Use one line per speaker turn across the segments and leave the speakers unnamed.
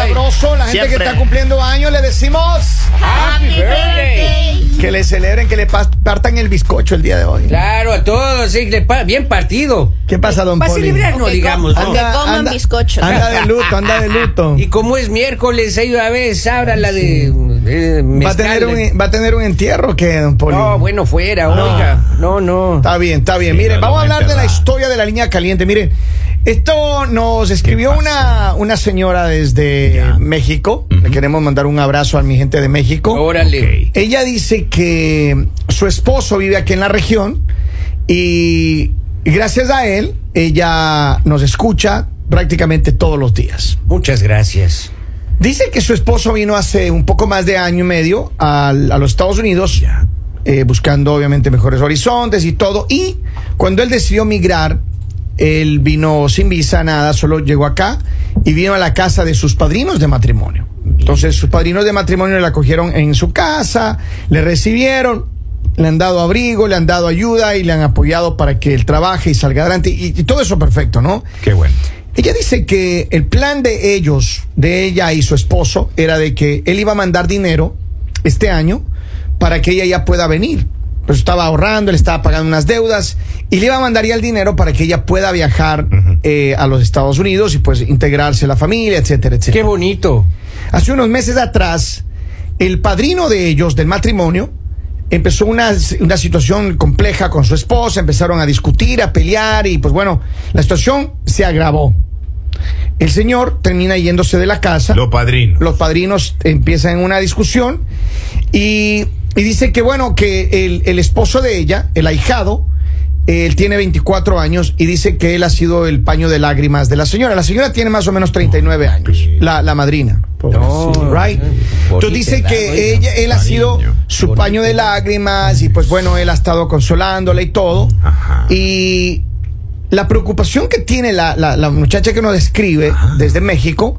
la gente
Siempre.
que está cumpliendo años le decimos
Happy birthday.
que le celebren, que le pas- partan el bizcocho el día de hoy.
Claro, a todos, sí, le pa- bien partido.
¿Qué pasa, don
Vas a
Poli?
celebrar, no,
Ok,
digamos.
Ah,
con-
¿no?
Anda- Que coman bizcocho.
Anda de luto, anda de luto.
Ah, Y como es miércoles, ahí va a ver, sabrá la de. eh,
Va a,
mezcal.
tener un, va a tener un entierro que don Poli.
No, bueno, fuera, oiga. No, no.
Está bien, está bien.
Sí,
Miren,
no,
vamos a
no,
hablar de la
verdad.
historia de la línea caliente. Miren, esto nos escribió una, una señora desde México. Le queremos mandar un abrazo a mi gente de México.
Órale.
Ella dice que su esposo vive aquí en la región y gracias a él ella nos escucha prácticamente todos los días.
Muchas gracias.
Dice que su esposo vino hace un poco más de año y medio al- a los Estados Unidos, eh, buscando obviamente mejores horizontes y todo. Y cuando él decidió migrar, él vino sin visa, nada, solo llegó acá y vino a la casa de sus padrinos de matrimonio. Entonces sus padrinos de matrimonio la acogieron en su casa, le recibieron, le han dado abrigo, le han dado ayuda y le han apoyado para que él trabaje y salga adelante. Y, y todo eso perfecto, ¿no?
Qué bueno.
Ella dice que el plan de ellos, de ella y su esposo, era de que él iba a mandar dinero este año para que ella ya pueda venir. Pues estaba ahorrando, le estaba pagando unas deudas y le iba a mandar ya el dinero para que ella pueda viajar eh, a los Estados Unidos y pues integrarse a la familia, etcétera,
Qué
etcétera.
bonito.
Hace unos meses atrás, el padrino de ellos, del matrimonio, empezó una, una situación compleja con su esposa, empezaron a discutir, a pelear y pues bueno, la situación se agravó. El señor termina yéndose de la casa
Lo padrino.
los padrinos empiezan una discusión y, y dice que bueno, que el, el esposo de ella, el ahijado, él tiene 24 años y dice que él ha sido el paño de lágrimas de la señora. La señora tiene más o menos 39 años, la, la madrina.
No,
right?
eh, bonita
Entonces dice
edad,
que
oiga.
ella, él ha sido
Cariño.
su
Bonita
paño de
edad.
lágrimas y pues bueno, él ha estado consolándola y todo.
Ajá.
Y la preocupación que tiene la, la- la muchacha que nos describe desde México,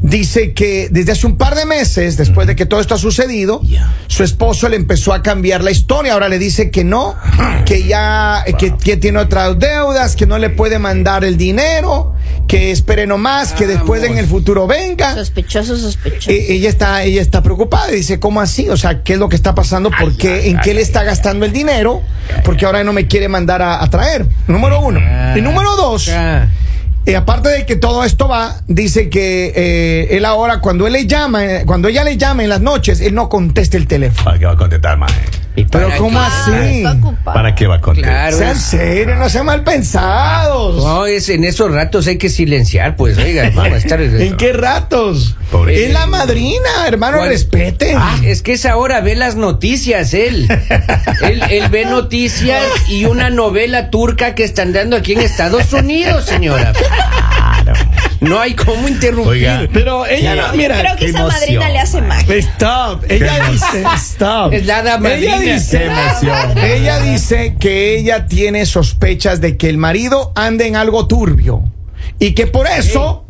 dice que desde hace un par de meses, después de que todo esto ha sucedido,
Ya.
su esposo le empezó a cambiar la historia. Ahora le dice que no, que ya eh, que, que tiene otras deudas, que no le puede mandar el dinero, que espere nomás, que después en
Vamos.
el futuro venga.
Sospechoso, sospechoso.
E- Ella está, ella está preocupada y dice, ¿cómo así? O sea, ¿qué es lo que está pasando? ¿Por qué? ¿En qué le está gastando el dinero? Porque ahora no me quiere mandar a, a traer. Número uno. Y número dos,
Ah,
eh, aparte de que todo esto va, dice que eh, él ahora, cuando él le llama, eh, cuando ella le llama en las noches, él no contesta el teléfono.
¿Para qué va a contestar, maje?
¿y
Pero
para
¿cómo
qué?
así?
está ocupado.
¿Para qué va a contestar?
Claro.
Sean serios, no sean mal pensados.
No, es en esos ratos hay que silenciar, pues, oiga, vamos a estar.
¿En qué ratos?
Pobre.
Es la madrina, hermano,
¿Cuál?
respete.
Ah, es que es ahora ve las noticias él. él. él ve noticias y una novela turca que están dando aquí en Estados Unidos, señora. No hay cómo interrumpir.
Oiga.
Pero ella no, mira.
Creo que
qué
esa madrina
emoción.
le hace magia.
Stop. Ella
Qué
dice, stop.
Es la dama
Ella
Dina.
dice,
Qué emoción.
ella dice que ella tiene sospechas de que el marido anda en algo turbio y que por eso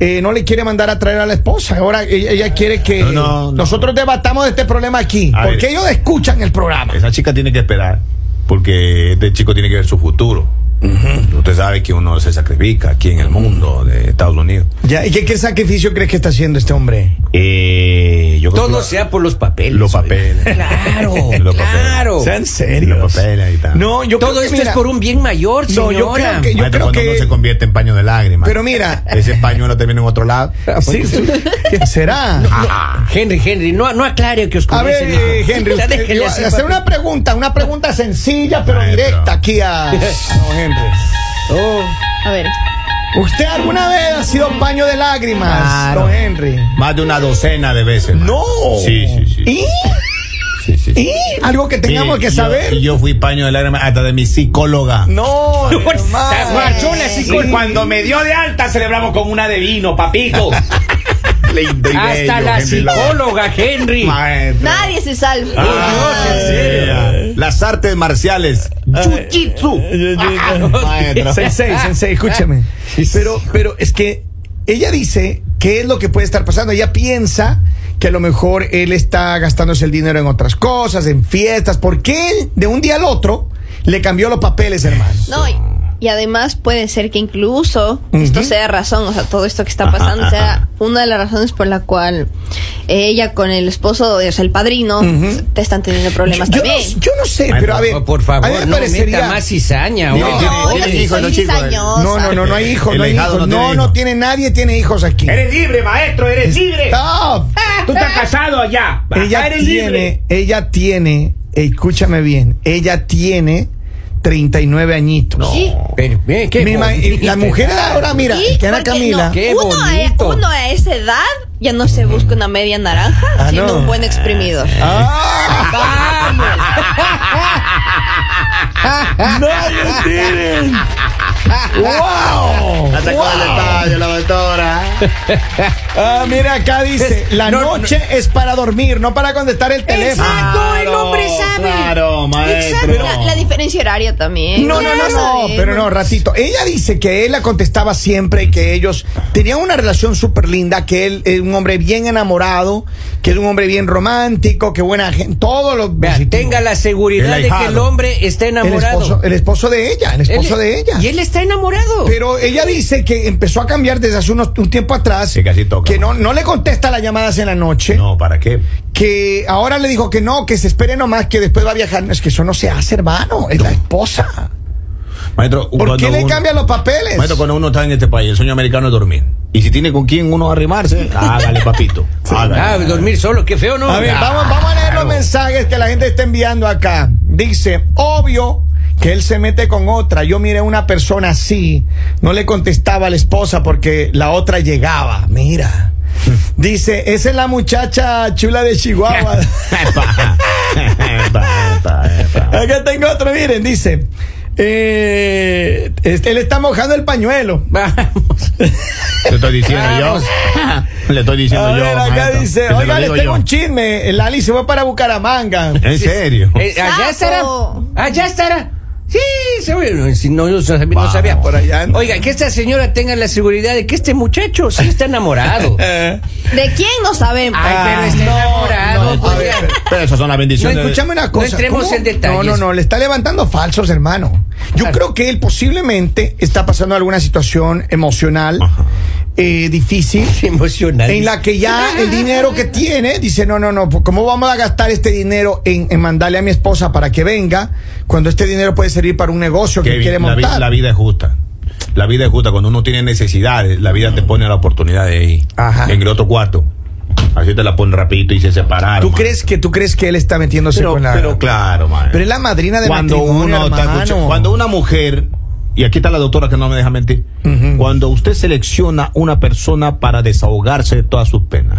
eh, no le quiere mandar a traer a la esposa. Ahora ella, ella quiere que
No, no, no.
nosotros debatamos de este problema aquí
A
porque
ver.
ellos escuchan el programa.
Esa chica tiene que esperar porque este chico tiene que ver su futuro. Usted sabe que uno se sacrifica aquí en el mundo de Estados Unidos.
Ya, ¿Y qué, qué sacrificio crees que está haciendo este hombre?
Eh, yo creo que
Todo
lo-
sea por los papeles.
los
oiga.
papeles.
Claro,
Los papeles.
claro.
Sean serios.
Los papeles ahí está.
No, yo
Todo
creo que,
esto
mira,
es por un bien mayor,
No,
señora.
yo creo que-
Maestro,
creo
cuando uno se convierte en paño de lágrimas.
Pero mira,
ese pañuelo termina en otro lado.
sí, sí. será?
Ajá.
Henry, Henry, no, no aclare que
A
oscurece.
ver,
no.
eh, Henry,
Ya
usted-
déjele
yo-
así,
hacer
papi.
una pregunta, una pregunta sencilla pero
Maestro.
directa aquí a don Henry.
Oh.
A ver.
¿Usted alguna vez ha sido paño de lágrimas,
Claro.
don Henry?
Más de una docena de veces. maestro. Sí, sí, sí.
¿Y?
Sí, sí, sí.
¿Y? Algo que tengamos
Mire,
que
yo-
saber.
Y yo, fui paño de lágrimas hasta de mi psicóloga.
No,
No,
hermano.
se marchó la
Sí.
psicóloga.
Cuando me dio de alta, celebramos con una de vino, papito.
Lindo y
Hasta
bello,
la
Henry Lau.
psicóloga, Henry.
Maestro.
Nadie se salva.
Ah,
Ay.
en serio. Las artes marciales. Jiu-jitsu. Maestro.
Sensei, sensei, escúchame. Pero, pero es que ella dice qué es lo que puede estar pasando. Ella piensa que a lo mejor él está gastándose el dinero en otras cosas, en fiestas. ¿Por qué él, de un día al otro le cambió los papeles, hermano?
No, y, Y además puede ser que incluso esto
Ujú.
sea razón, o sea, todo esto que está
Ajá,
pasando
ajá.
sea una de las razones por la cual ella con el esposo, o sea, el padrino,
Ujú.
te están teniendo problemas
yo,
también.
no, yo no sé,
Ay,
pero a
no,
ver.
por favor,
a mí me
no
parecería-
meta más cizaña.
No,
hombre.
no,
Tiene-
no,
tiene-
hijos,
soy
los chicos, el-
cizañosa.
No, no, no, no hay hijos,
El
no hay
ahijado
hijos. No,
no tiene
no,
hijos.
tiene nadie, tiene hijos aquí.
Eres libre, maestro, eres libre.
Stop.
Tú estás casado allá. Acá
Ah. Ella
eres libre.
tiene, ella tiene, escúchame bien, ella tiene 39 añitos.
Sí.
Pero, eh, qué
Mi ma-
bonito.
la mujer de ahora, mira,
Y
que era
porque
Camila.
no,
Qué
uno,
bonito.
a, uno a esa edad ya no se busca una media naranja,
Ah,
sino
no.
un buen exprimidor.
¡Ah! ¡No lo tienen! ¡Wow!
La sacó del estadio, la doctora.
Ah, mira, acá dice, la
No, no.
noche es para dormir, no para contestar el teléfono.
Exacto, el hombre sabe.
Claro, maestro.
Exacto, la, la diferencia horaria también.
No, no, no, no, pero no, ratito. Ella dice que él la contestaba siempre y que ellos tenían una relación súper linda, que él es un hombre bien enamorado, que es un hombre bien romántico, que buena gente, todo lo
Vea,
positivo.
tenga la
El
seguridad de que
ahijado.
el hombre está
el
enamorado.
esposo, el esposo de ella, el
Él-
esposo de ella.
Y él está enamorado.
Pero ella dice que empezó a cambiar desde hace unos, un tiempo atrás.
Sí, casi toca,
que no,
man.
no le contesta las llamadas en la noche.
No, ¿para qué?
Que ahora le dijo que no, que se espere nomás, que después va a viajar. No, Es que eso no se hace, hermano. Es la esposa.
Maestro,
¿Por
cuando
qué le
uno-
cambian los papeles?
Maestro, cuando uno está en este país, el sueño americano es dormir. Y si tiene con quién uno arrimarse, hágale, papito. Hágale.
Ah, dormir solo, qué feo, ¿no?
A ver, vamos, vamos a leer los mensajes que la gente está enviando acá. Dice, obvio que él se mete con otra. Yo miré a una persona así, no le contestaba a la esposa porque la otra llegaba. Mira. Dice, esa es la muchacha chula de Chihuahua.
Epa, epa, epa, epa.
Acá tengo otro, miren, dice. eh, este, él está mojando el pañuelo.
Vamos.
Te estoy diciendo yo. Le estoy diciendo
A
yo.
ver, acá
maestro. Que
dice,
te lo
oiga, les
digo
tengo
yo.
un chisme. Lali se fue para Bucaramanga.
En serio.
Eh, allá estará.
Sapo.
Allá estará. Sí, seguro. Si no, yo no sabía, no
Vamos,
sabía.
por allá anda.
Oiga, que esta señora tenga la seguridad de que este muchacho sí está enamorado.
Eh,
¿De quién no sabemos?
Ay, pero está enamorado.
Ah, no,
pues,
a ver,
ya.
pero-
Pero esas son las bendiciones.
No, escúchame una cosa.
No entremos en detalles.
No, no, no, le está levantando falsos, hermano. Yo
Claro.
creo que él posiblemente está pasando alguna situación emocional
Ajá.
eh, difícil.
Qué emocionante.
En la que ya el dinero que tiene, dice, no, no, no, pues, ¿cómo vamos a gastar este dinero en, en mandarle a mi esposa para que venga cuando este dinero puede servir para un negocio que
Kevin,
quiere
la vi-
montar?
la vida es justa. La vida es justa. Cuando uno tiene necesidades, la vida te pone la oportunidad de ir.
Ajá.
En el otro cuarto. Así te la pone rapidito y se separaron.
¿Tú
man.
crees que tú crees que él está metiéndose
Pero,
con la
pero claro, man.
Pero es la madrina de
cuando
matrimonio,
uno está
hermano.
escuchando- cuando una mujer y aquí está la doctora que no me deja mentir
Ujú.
cuando usted selecciona una persona para desahogarse de todas sus penas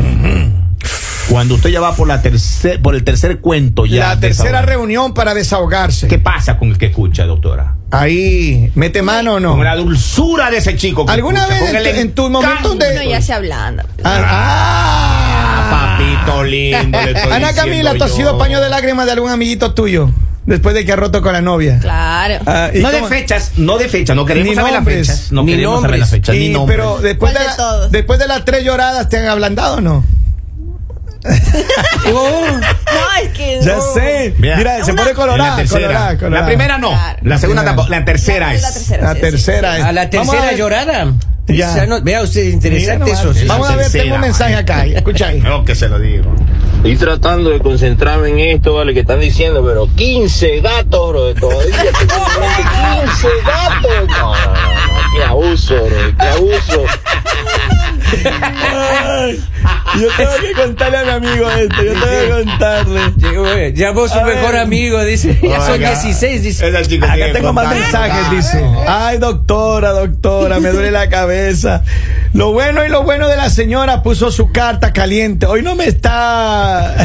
cuando usted ya va por la tercer por el tercer cuento ya
la tercera
desahogado,
reunión para desahogarse.
qué pasa con el que escucha doctora
Ahí, mete mano o no.
con la dulzura de ese chico que
¿Alguna
escucha,
vez
con
en
el
tu- en tus
encanto.
momentos de-
Uno ya se hablanda.
Ah,
Ah, papito lindo le estoy
Ana Camila,
diciendo
¿tú has sido
yo.
paño de lágrimas de algún amiguito tuyo después de que ha roto con la novia?
Claro.
Ah, ¿y
no de
cómo?
fechas no de fechas no
Ni
queremos saber las
nombres,
fechas no
ni
queremos saber las
nombres.
fechas ni
Y-
nombres
pero después de,
¿Cuál de
la-
todos?
después de las tres lloradas, ¿te han ablandado o no?
Oh,
no, es que. no.
Mira,
se
una-
pone colorada,
la tercera.
colorada, colorada.
La primera no.
Claro.
La segunda
Primera.
tampoco. La tercera
La-
es.
la tercera.
La
Sí, sí,
tercera. es.
a la
Vamos
tercera
ver.
llorada.
Ya.
Esa no- vea usted,
Mira
interesante
nomás.
eso. sí.
Vamos a ver,
tercera,
tengo un
man.
mensaje acá. Escucha ahí.
No, que se lo digo.
Estoy tratando de concentrarme en esto, vale, que están diciendo, pero 15 gatos, bro, todavía te comprende 15 gatos. No, no, no, no, qué abuso, bro, qué abuso.
Yo tengo que contarle a mi amigo esto. Yo tengo que contarle.
Llegó, eh, Llamó su
A
mejor
ver.
amigo, dice. Ya son
Oiga.
16, dice.
Esa chica
Acá
tiene
tengo más
contacto.
mensajes, dice. Ay, doctora, doctora, me duele la cabeza. Lo bueno y lo bueno de la señora puso su carta caliente. Hoy no me está.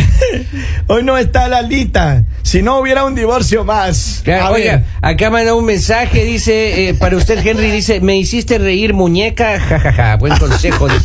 Hoy no está Lalita. Si no hubiera un divorcio más.
Claro,
A ver.
oiga, acá manda un mensaje, dice, eh, para usted Henry, dice, me hiciste reír muñeca, jajaja, buen consejo. dice.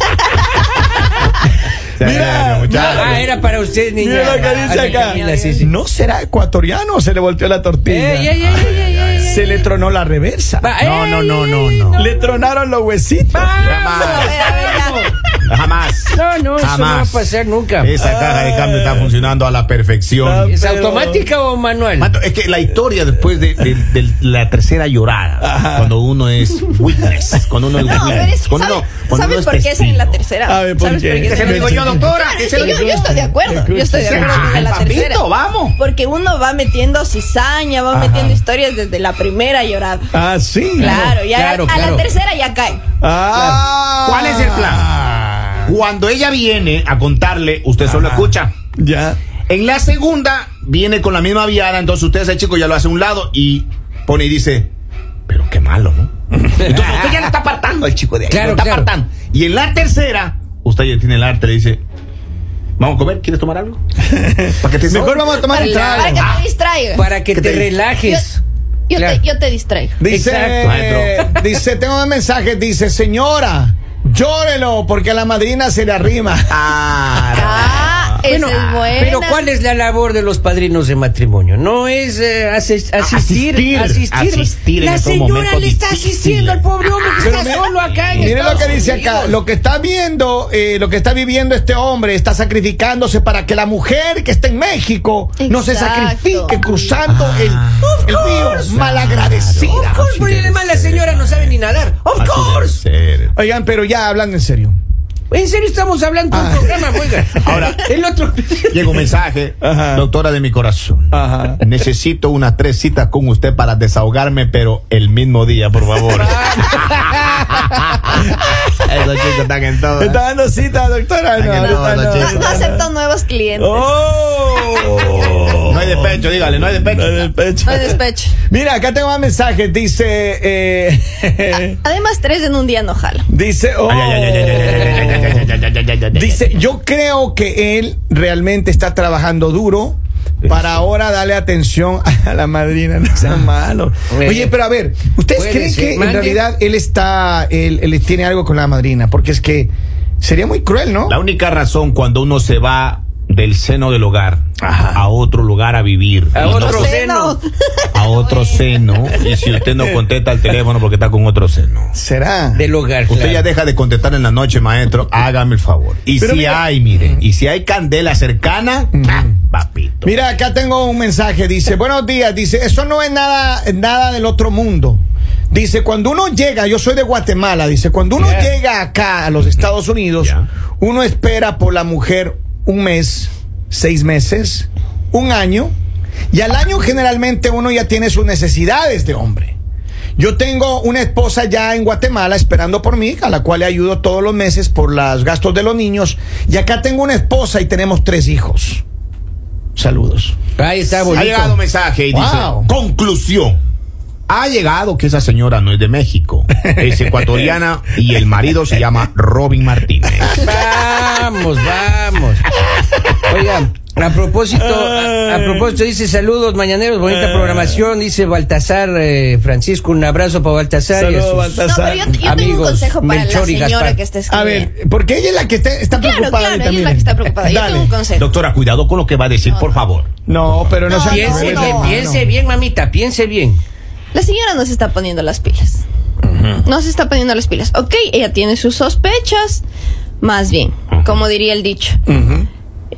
Serio,
Mira,
muchacho.
Ah, era para usted, niña.
Mira lo que dice
Ana
acá.
Camila, sí, sí.
No será ecuatoriano, se le volteó la tortilla.
Ey, ey, ey, ey, ey, ey, ey.
Se le tronó la reversa.
Va,
No,
ey,
no, no, no,
ey,
no.
Le tronaron los huesitos.
Vamos.
A ver, a ver, ya.
Jamás.
No, no, eso no va a pasar nunca.
Esa
Ah.
caja de cambio está funcionando a la perfección.
¿Es automática o manual?
Mato, es que la historia después de, de- de la tercera llorada, cuando uno es witness, cuando uno es
No, pero
witness,
es que
cuando
¿sabes,
uno- cuando
¿sabes
uno es
por qué es en la
testigo.
tercera?
A ver, ¿por
¿Sabes
qué?
es
Se
en
lo
la
digo yo,
tercera?
doctora,
Claro,
que
es
se
que
lo
yo,
digo
yo
yo.
estoy de acuerdo. Yo estoy de
Escucha,
acuerdo que es en la
Ah, papito,
tercera.
vamos.
Porque uno va metiendo cizaña, va metiendo historias desde la primera llorada.
Ah, sí.
Claro, ya
claro,
a
claro.
la tercera ya cae.
Ah.
¿Cuál es el
Ah.
plan? Cuando ella viene a contarle, usted solo escucha.
Ya.
En la segunda viene con la misma viada, entonces usted ese chico ya lo hace a un lado y pone y dice, pero qué malo, ¿no? Entonces usted ya lo está apartando al chico de ahí.
Claro,
lo está
claro.
apartando. Y en la tercera, usted ya tiene el arte, le dice, vamos a comer, ¿quieres tomar algo? Para que te
Mejor vamos a tomar
Para,
el
para
trago.
que te distraigas.
Para que
¿Qué
te,
te-
yo,
relajes.
yo
Claro.
te, yo te distraigo.
Dice,
Exacto,
maestro.
dice, tengo un mensaje, dice, señora, llórelo porque a la madrina se le arrima.
Ah,
Bueno,
esa es buena.
pero ¿cuál es la labor de los padrinos de matrimonio? No es eh, ases- asistir,
Asistir,
asistir,
asistir en
La
estos
señora
momentos
le está
difíciles.
asistiendo al pobre hombre que
Pero
está
mira-
solo acá en
Mire lo
Estados
que dice acá,
Unidos.
lo que está viendo, eh, lo que está viviendo este hombre está sacrificándose para que la mujer que está en México no se
Exacto.
sacrifique cruzando el,
Of
el
course.
río malagradecida.
Of course, porque además la señora no sabe ni nadar. Of course.
Oigan, pero ya hablando en serio.
En serio estamos hablando de un
Ah.
programa, oiga.
Ahora-
el otro
Llega un mensaje,
Ajá.
doctora de mi corazón.
Ajá.
Necesito unas tres citas con usted para desahogarme, pero el mismo día, por favor. Esos chicos están en todo. ¿eh?
Está dando cita, doctora.
Ay, que no,
ahorita
no,
No,
chico.
no acepto nuevos clientes.
Oh.
No hay despecho, dígale, no hay despecho.
No hay despecho.
No hay despecho.
Mira, acá tengo más mensajes. Dice. eh,
Además, tres en un día no jala.
dice. oh.
Ay, ay, ay, ay, ay, ay, ay, ay, ay, ay, ay, ay, ay, ay.
Dice, yo creo que él realmente está trabajando duro para ahora darle atención a la madrina, no sea malo.
Puede-
Oye, pero a ver, ¿ustedes
puede
creen
ser.
que en
Mande.
realidad él está, él, él tiene algo con la madrina? Porque es que sería muy cruel, ¿no?
La única razón cuando uno se va del seno del hogar a otro lugar a vivir,
A
y no-
otro
Seno.
seno.
a otro seno, y si usted no contesta el teléfono porque está con otro seno.
¿Será?
del hogar.
Usted
claro.
ya deja de contestar en la noche, maestro. Hágame el favor. Y
Pero
si
mira-
hay, mire, mm. y si hay candela cercana, ah, papito.
Mira, acá tengo un mensaje, dice, buenos días, dice, eso no es nada, nada del otro mundo. Dice, cuando uno llega, yo soy de Guatemala, dice, cuando uno
Yeah.
llega acá a los Estados Unidos,
Yeah.
uno espera por la mujer un mes, seis meses, un año, y al año generalmente uno ya tiene sus necesidades de hombre. Yo tengo una esposa ya en Guatemala esperando por mí, a la cual le ayudo todos los meses por los gastos de los niños, y acá tengo una esposa y tenemos tres hijos. Saludos.
Ahí está bonito.
Ha llegado un mensaje y
Wow.
dice, conclusión. Ha llegado que esa señora no es de México, es ecuatoriana y el marido se llama Robin Martínez.
Vamos, vamos. Oiga, a propósito, a, a propósito, dice saludos mañaneros,
Eh.
bonita programación, dice Baltasar eh, Francisco, un abrazo para Baltasar. y a
Saludos,
sus-
Baltasar.
No, pero yo, yo tengo un
Amigos,
consejo para
Melchor y
la señora
Gaspar.
que está
A
escribiendo.
ver, porque ella es la que está, está
claro,
preocupada.
claro, ella
ahorita,
es la
miren.
que está preocupada. Yo
Dale.
tengo un consejo.
Doctora, cuidado con lo que va a decir, por favor.
No, pero no,
No,
se
Piense
no,
bien,
no.
piense bien, mamita, piense bien.
La señora no se está poniendo las pilas. No se está poniendo las pilas. Ok, ella tiene sus sospechas. Más bien,
Ujú.
como diría el dicho,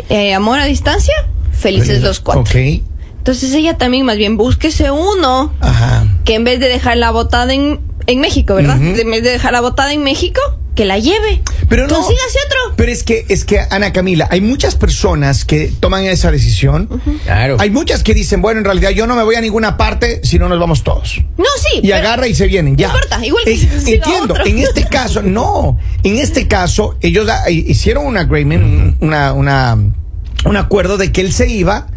eh, amor a distancia, felices los cuatro.
Ok.
Entonces ella también, más bien, búsquese uno
Ajá.
que en vez de dejarla botada en, en México, ¿verdad?
Ujú.
En vez de dejarla botada en México, que la lleve.
Pero no.
Consígase otro.
Pero es que, es que, Ana Camila, hay muchas personas que toman esa decisión.
Claro.
Hay muchas que dicen, bueno, en realidad yo no me voy a ninguna parte si no nos vamos todos.
No, sí.
Y
pero-
agarra y se vienen. Ya.
No importa, igual que
Eh,
se consiga
Entiendo,
otro.
en este caso, no. En este caso, ellos ah, hi- hicieron un agreement, un- una, una, un acuerdo de que él se iba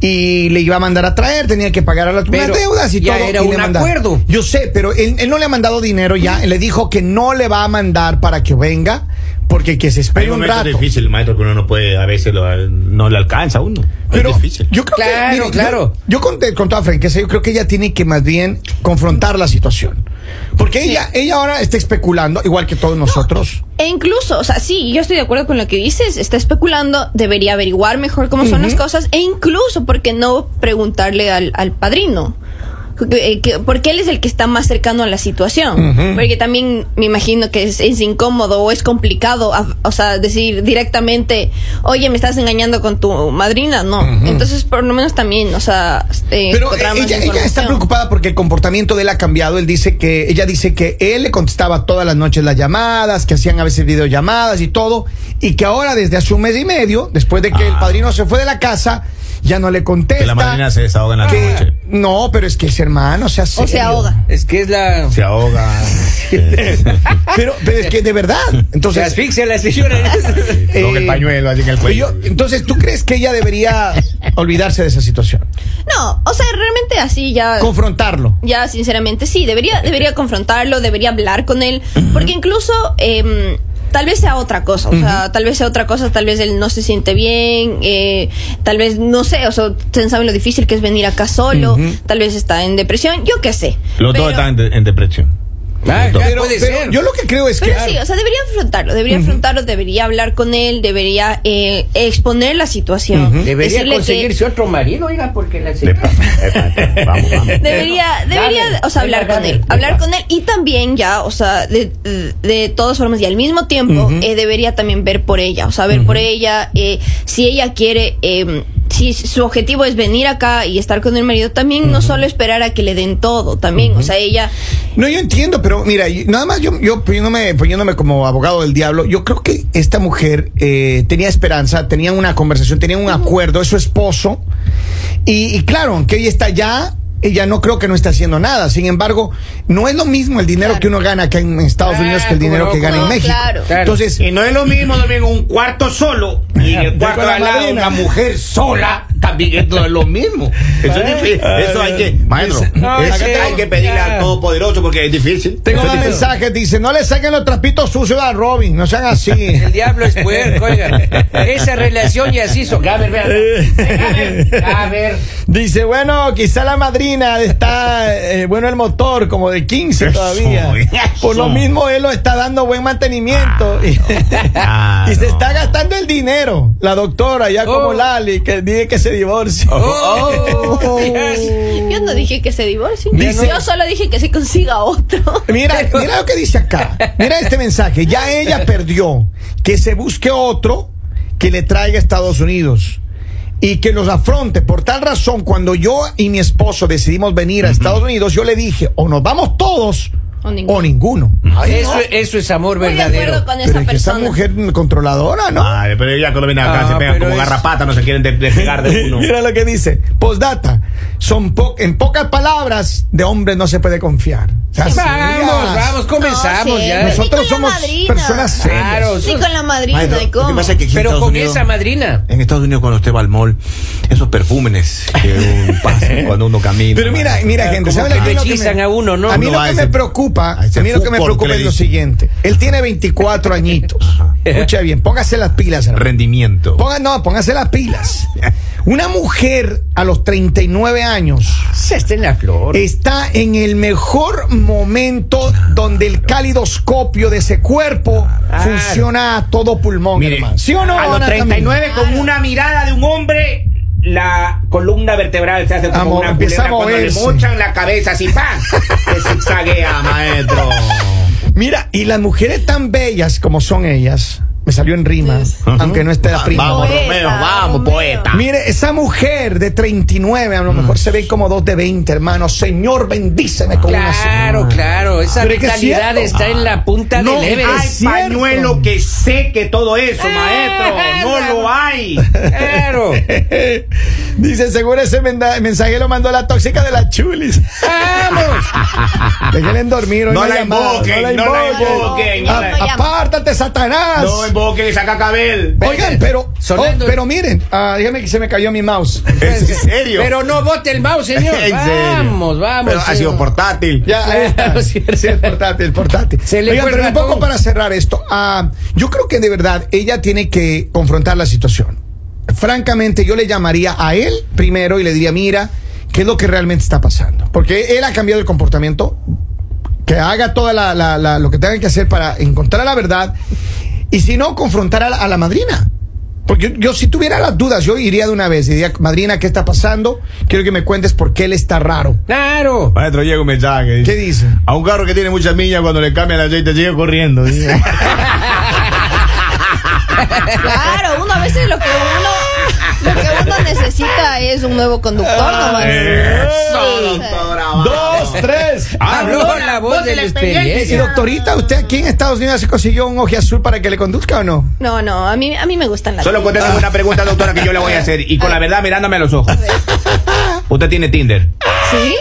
y le iba a mandar a traer, tenía que pagar a las unas
Pero
deudas y
ya
todo.
era
y le
un
mandaba.
acuerdo.
Yo sé, pero él, él no le ha mandado dinero ya. Él le dijo que no le va a mandar para que venga, porque que se espere un rato.
difíciles, maestro, que uno no puede, a veces no le alcanza a uno.
Pero yo creo
Claro,
que mire, yo-
claro.
Yo, conté con toda franqueza, yo creo que ella tiene que más bien confrontar la situación. Porque ella ella ahora está especulando igual que todos nosotros.
E incluso, o sea, sí, yo estoy de acuerdo con lo que dices, está especulando, debería averiguar mejor cómo son las cosas, e incluso, ¿por qué no preguntarle al, al padrino? que- que- porque él es el que está más cercano a la situación.
Ujú.
Porque también me imagino que es, es incómodo o es complicado, a- o sea, decir directamente, oye, me estás engañando con tu madrina, no. Entonces, por lo menos también, o sea, eh,
Pero eh,
encontrar más
ella, ella está
información.
preocupada porque el comportamiento de él ha cambiado. Él dice que, ella dice que él le contestaba todas las noches las llamadas, que hacían a veces videollamadas y todo, y que ahora desde hace un mes y medio, después de que el padrino se fue de la casa, ya no le contesta.
Ah. Que la madrina se desahoga en la
que-
noche.
No, pero es que es hermano, sea
O se
serio.
ahoga.
Es que es la.
Se ahoga.
Pero, pero es que de verdad.
Se
Entonces,
asfixia la señora.
eh,
Con el pañuelo así en el
pero yo-
cuello.
entonces, ¿tú crees que ella debería olvidarse de esa situación?
No, o sea, realmente así ya...
Confrontarlo.
Ya, sinceramente, sí, debería, debería confrontarlo, debería hablar con él, porque incluso eh, tal vez sea otra cosa, o sea, tal vez sea otra cosa, tal vez él no se siente bien, eh, tal vez, no sé, o sea, ustedes saben lo difícil que es venir acá solo, tal vez está en depresión, yo qué sé.
Los
Pero-
dos están en, de- en depresión.
Ah,
Los dos.
claro. Puede
pero
ser.
Yo lo que creo es que.
Pero sí, o sea, debería afrontarlo, debería afrontarlo, debería hablar con él, debería eh, exponer la situación.
eh, Debería
decirle que-
conseguirse otro marido, oiga, porque la
De
señora.
pa- de pa- Vamos, vamos.
Debería,
Dale,
debería, o
venga,
sea, hablar con
dale.
él. Hablar con él y también ya, o sea, de, de, de todas formas y al mismo tiempo, eh, debería también ver por ella, o sea, ver por ella, eh, si ella quiere, eh, si su objetivo es venir acá y estar con el marido, también no solo esperar a que le den todo, también, o sea, ella...
No, yo entiendo, pero mira, y- nada más yo, yo poniéndome, poniéndome como abogado del diablo, yo creo que esta mujer eh, tenía esperanza, tenía una conversación, tenía un acuerdo, es su esposo, y, y claro, aunque ella está allá, ella no creo que no está haciendo nada, sin embargo, no es lo mismo el dinero
Claro.
que uno gana acá en Estados
Ah,
Unidos que el
cómo
dinero
no,
que gana
cómo
en
no,
México.
claro.
Claro.
Entonces,
Eh,
Y no es lo mismo dormir en un cuarto solo y en el cuarto
con la
al lado
madrina.
una mujer sola. También esto es lo mismo.
Eso, es difícil. Eso hay que. Maestro.
No,
eso
es que-
hay que pedirle
ya.
al Todopoderoso porque es difícil.
tengo
Eso es
más
difícil.
mensajes, dice, no le saquen los trapitos sucios a Robin, no sean así.
El diablo es puerco, oiga. Esa relación ya se hizo. A ver, vea.
Eh.
A ver, a ver.
Dice, bueno, quizá la madrina está, eh, bueno, el motor como de 15
Eso,
todavía.
eso.
Por lo mismo, él lo está dando buen mantenimiento. y,
Ah,
y se
no.
está gastando el dinero. La doctora, ya
Oh.
como Lali, que dice que se divorcia.
Oh, yes.
Yo no dije que se divorcie,
Dice-
yo solo dije que se consiga otro.
Mira, mira lo que dice acá. Mira este mensaje. Ya ella perdió. Que se busque otro que le traiga a Estados Unidos y que los afronte. Por tal razón, cuando yo y mi esposo decidimos venir a Estados Unidos, yo le dije, o nos vamos todos
O
o
ninguno.
ninguno.
Eso, eso es amor
Estoy de acuerdo
verdadero.
con
Pero
esa
es que esa
persona.
mujer controladora, ¿no?
Madre, pero ya cuando viene acá
Ah,
se pegan
pero
como
es-
garrapata, no se quieren de- despegar de uno.
Mira lo que dice. Postdata. Son po- en pocas palabras, de hombre no se puede confiar. O sea, serias.
Vamos, vamos, comenzamos
No, sí.
ya.
Nosotros-
Nosotros
Ni con la
somos
madrina.
personas serias.
Claro,
Sí, con la madrina,
Maestro,
¿y
Lo que
cómo?
pasa es que aquí en
Pero
Estados
con
Unidos-
esa madrina.
En Estados Unidos cuando usted va al mall, esos perfumes que uno pasa cuando uno camina.
Pero mira, mira, gente,
Como
¿sabe
que
lo que-
lo
lo que
hechizan
me-
a uno, ¿no?
A mí
Uno
lo
va a
que
ese-
me preocupa,
a ese
a mí lo que me
fútbol que
preocupa
le
es lo
dicen.
siguiente. Él tiene 24 añitos. Escucha bien, póngase las pilas. hermano.
rendimiento.
Ponga, no, póngase las pilas. Una mujer a los 39 años
Se está en la flor.
está en el mejor momento donde el calidoscopio de ese cuerpo funciona a todo pulmón,
Mire,
hermano. ¿Sí o no?
A los
Ana Camila?
39, con una mirada de un hombre, la columna vertebral se hace como
Amo-
una
empieza
culebra
a
cuando le
moverse.
mochan la cabeza así, ¡pam! Se zigzaguea, maestro.
Mira, y las mujeres tan bellas como son ellas, me salió en rima,
Ajá.
aunque no esté la prima.
Vamos,
Poeta,
Romeo, vamos,
Romeo.
poeta.
Mire, esa mujer de 39, a lo mejor se ve como dos de 20, hermano. Señor, bendíceme con una
Claro, claro. Esa
Pero es que es
mentalidad
cierto.
está en la punta
No,
del
Hay
Everest.
cierto.
pañuelo que seque todo eso, maestro.
Ah,
No
la-
lo hay.
Claro.
Dice, seguro ese menda- mensaje lo mandó la tóxica de las chulis.
Vamos.
Déjenle dormir. hoy
No la
llamadas,
invoquen, no la Ah,
invoquen.
A-
No la-
apártate, Satanás.
No invoquen esa cacabel.
Oigan, pero,
Sonando-
oh, pero miren, ah, dígame que se me cayó mi mouse.
¿Es en serio?
pues. Pero no bote el mouse, señor.
En serio.
Vamos, vamos.
Pero ha
señor.
sido portátil.
Ya, ahí está.
Sí,
Sí,
es
el portátil, el portátil.
Se le
Oigan,
fue el
pero un poco
ratón.
para cerrar esto. ah, yo creo que de verdad ella tiene que confrontar la situación. Francamente, yo le llamaría a él primero y le diría, mira, ¿qué es lo que realmente está pasando? Porque él ha cambiado el comportamiento, que haga toda la, la- la- lo que tenga que hacer para encontrar la verdad y si no, confrontar a la, a la madrina. Porque yo, yo si tuviera las dudas, yo iría de una vez y diría, madrina, ¿qué está pasando? Quiero que me cuentes por qué él está raro.
Claro.
Maestro, llega un mensaje.
¿Qué dice?
A un carro que tiene muchas millas, cuando le cambian el aceite, sigue corriendo. dice.
Claro, uno a veces lo que uno, lo que uno necesita es un nuevo conductor nomás.
Eh,
Eso,
Sí.
doctora, va.
Dos, tres.
Habló la voz de la
Eh, Y
experiencia.
doctorita, ¿usted aquí en Estados Unidos se consiguió un oje azul para que le conduzca o no?
No, no, a mí, a mí me gustan las
Solo contéstame una pregunta, doctora, que yo le voy a hacer. Y con la verdad mirándome a los ojos. Usted tiene Tinder.
¿Sí?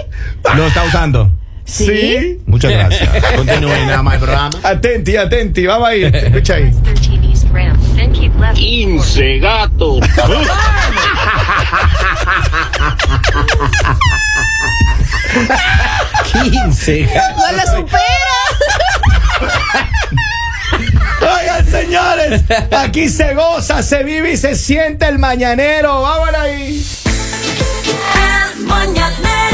Lo está usando.
¿Sí?
Muchas gracias. Continúen nada más el programa.
Atenti, atenti, vamos a ir. Escucha ahí.
13 East Ramp, then keep left.
15 gatos.
Quince.
¡No la supera!
Oigan, señores, aquí se goza, se vive y se siente el mañanero. Vámonos ahí.
El mañanero.